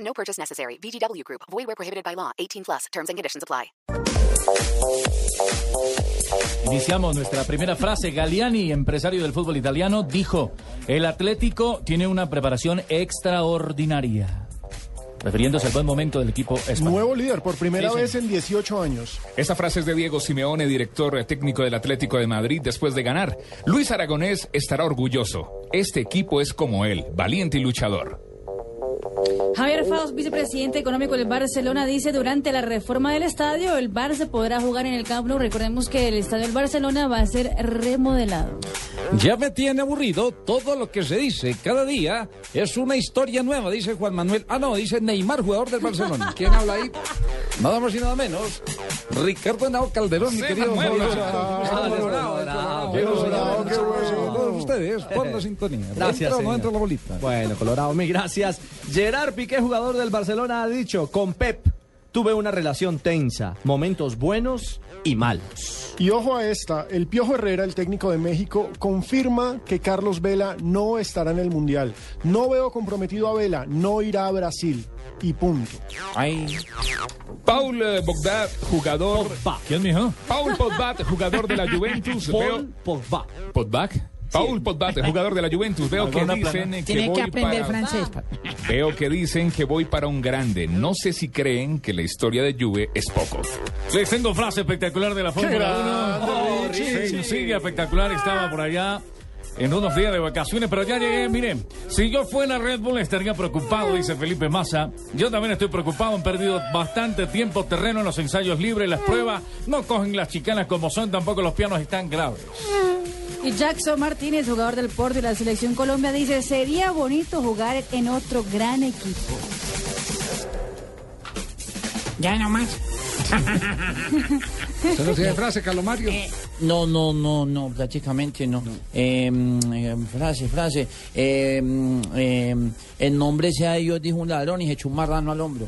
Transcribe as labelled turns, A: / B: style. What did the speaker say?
A: No purchase necessary. VGW Group. Void where prohibited by law. 18 plus. Terms and conditions apply.
B: Iniciamos nuestra primera frase. Galiani, empresario del fútbol italiano, dijo: El Atlético tiene una preparación extraordinaria. Refiriéndose al buen momento del equipo español.
C: Nuevo líder por primera
B: Sí,
C: vez
B: señor.
C: en 18 años.
D: Esta frase es de Diego Simeone, director técnico del Atlético de Madrid, después de ganar. Luis Aragonés estará orgulloso. Este equipo es como él, valiente y luchador.
E: Javier Faust, vicepresidente económico del Barcelona, dice durante la reforma del estadio el Barça podrá jugar en el Camp Nou. Recordemos que el estadio del Barcelona va a ser remodelado.
F: Ya me tiene aburrido todo lo que se dice. Cada día es una historia nueva, dice Juan Manuel. Ah, no, dice Neymar, jugador del Barcelona. ¿Quién habla ahí? Nada más y nada menos. Ricardo Henao Calderón, mi
D: Sí,
F: querido
D: Manuel.
F: Fabio.
D: Ah,
F: Colorado,
B: qué
F: colorado,
B: colorado,
F: bueno,
C: qué
F: señores,
C: bueno.
F: todos ustedes, por la sintonía.
G: Gracias,
F: ¿Entra o no
G: señor.
F: entra la bolita?
G: Bueno, Colorado, mil gracias. Gerard Piqué, jugador del Barcelona, ha dicho, con Pep tuve una relación tensa, momentos buenos y malos.
C: Y ojo a esta, el Piojo Herrera, el técnico de México, confirma que Carlos Vela no estará en el Mundial. No veo comprometido a Vela, no irá a Brasil. Y punto.
D: Paul eh, Bogdá, jugador.
G: Pogba.
B: ¿Quién, mijo?
D: Paul Pogba, jugador de la Juventus. Veo.
G: Paul Pogba.
D: ¿Podback? Paul Pogba, jugador de la Juventus. Veo que
B: Alguna
D: dicen
B: plana.
D: que
H: Tiene
D: voy
H: que aprender
D: para...
H: francés.
D: Veo que dicen que voy para un grande. No sé si creen que la historia de Juve es poco.
B: Les tengo frase espectacular de la Fórmula 1. Oh, sí, sí, espectacular. Estaba por allá en unos días de vacaciones, pero ya llegué. Miren, si yo fuera Red Bull estaría preocupado, dice Felipe Massa. Yo también estoy preocupado. Han perdido bastante tiempo, terreno en los ensayos libres, las pruebas. No cogen las chicanas como son, tampoco los pianos están graves.
E: Y Jackson Martínez, jugador del Porto y la Selección Colombia, dice, sería bonito jugar en otro gran equipo.
H: Ya nomás.
F: ¿Usted no tiene frase, Calomario?
H: Eh, no, no, no, no, prácticamente no. Eh, mm, eh, frase, frase. Eh, mm, eh, el nombre sea de Dios, dijo un ladrón y se echó un marrano al hombro.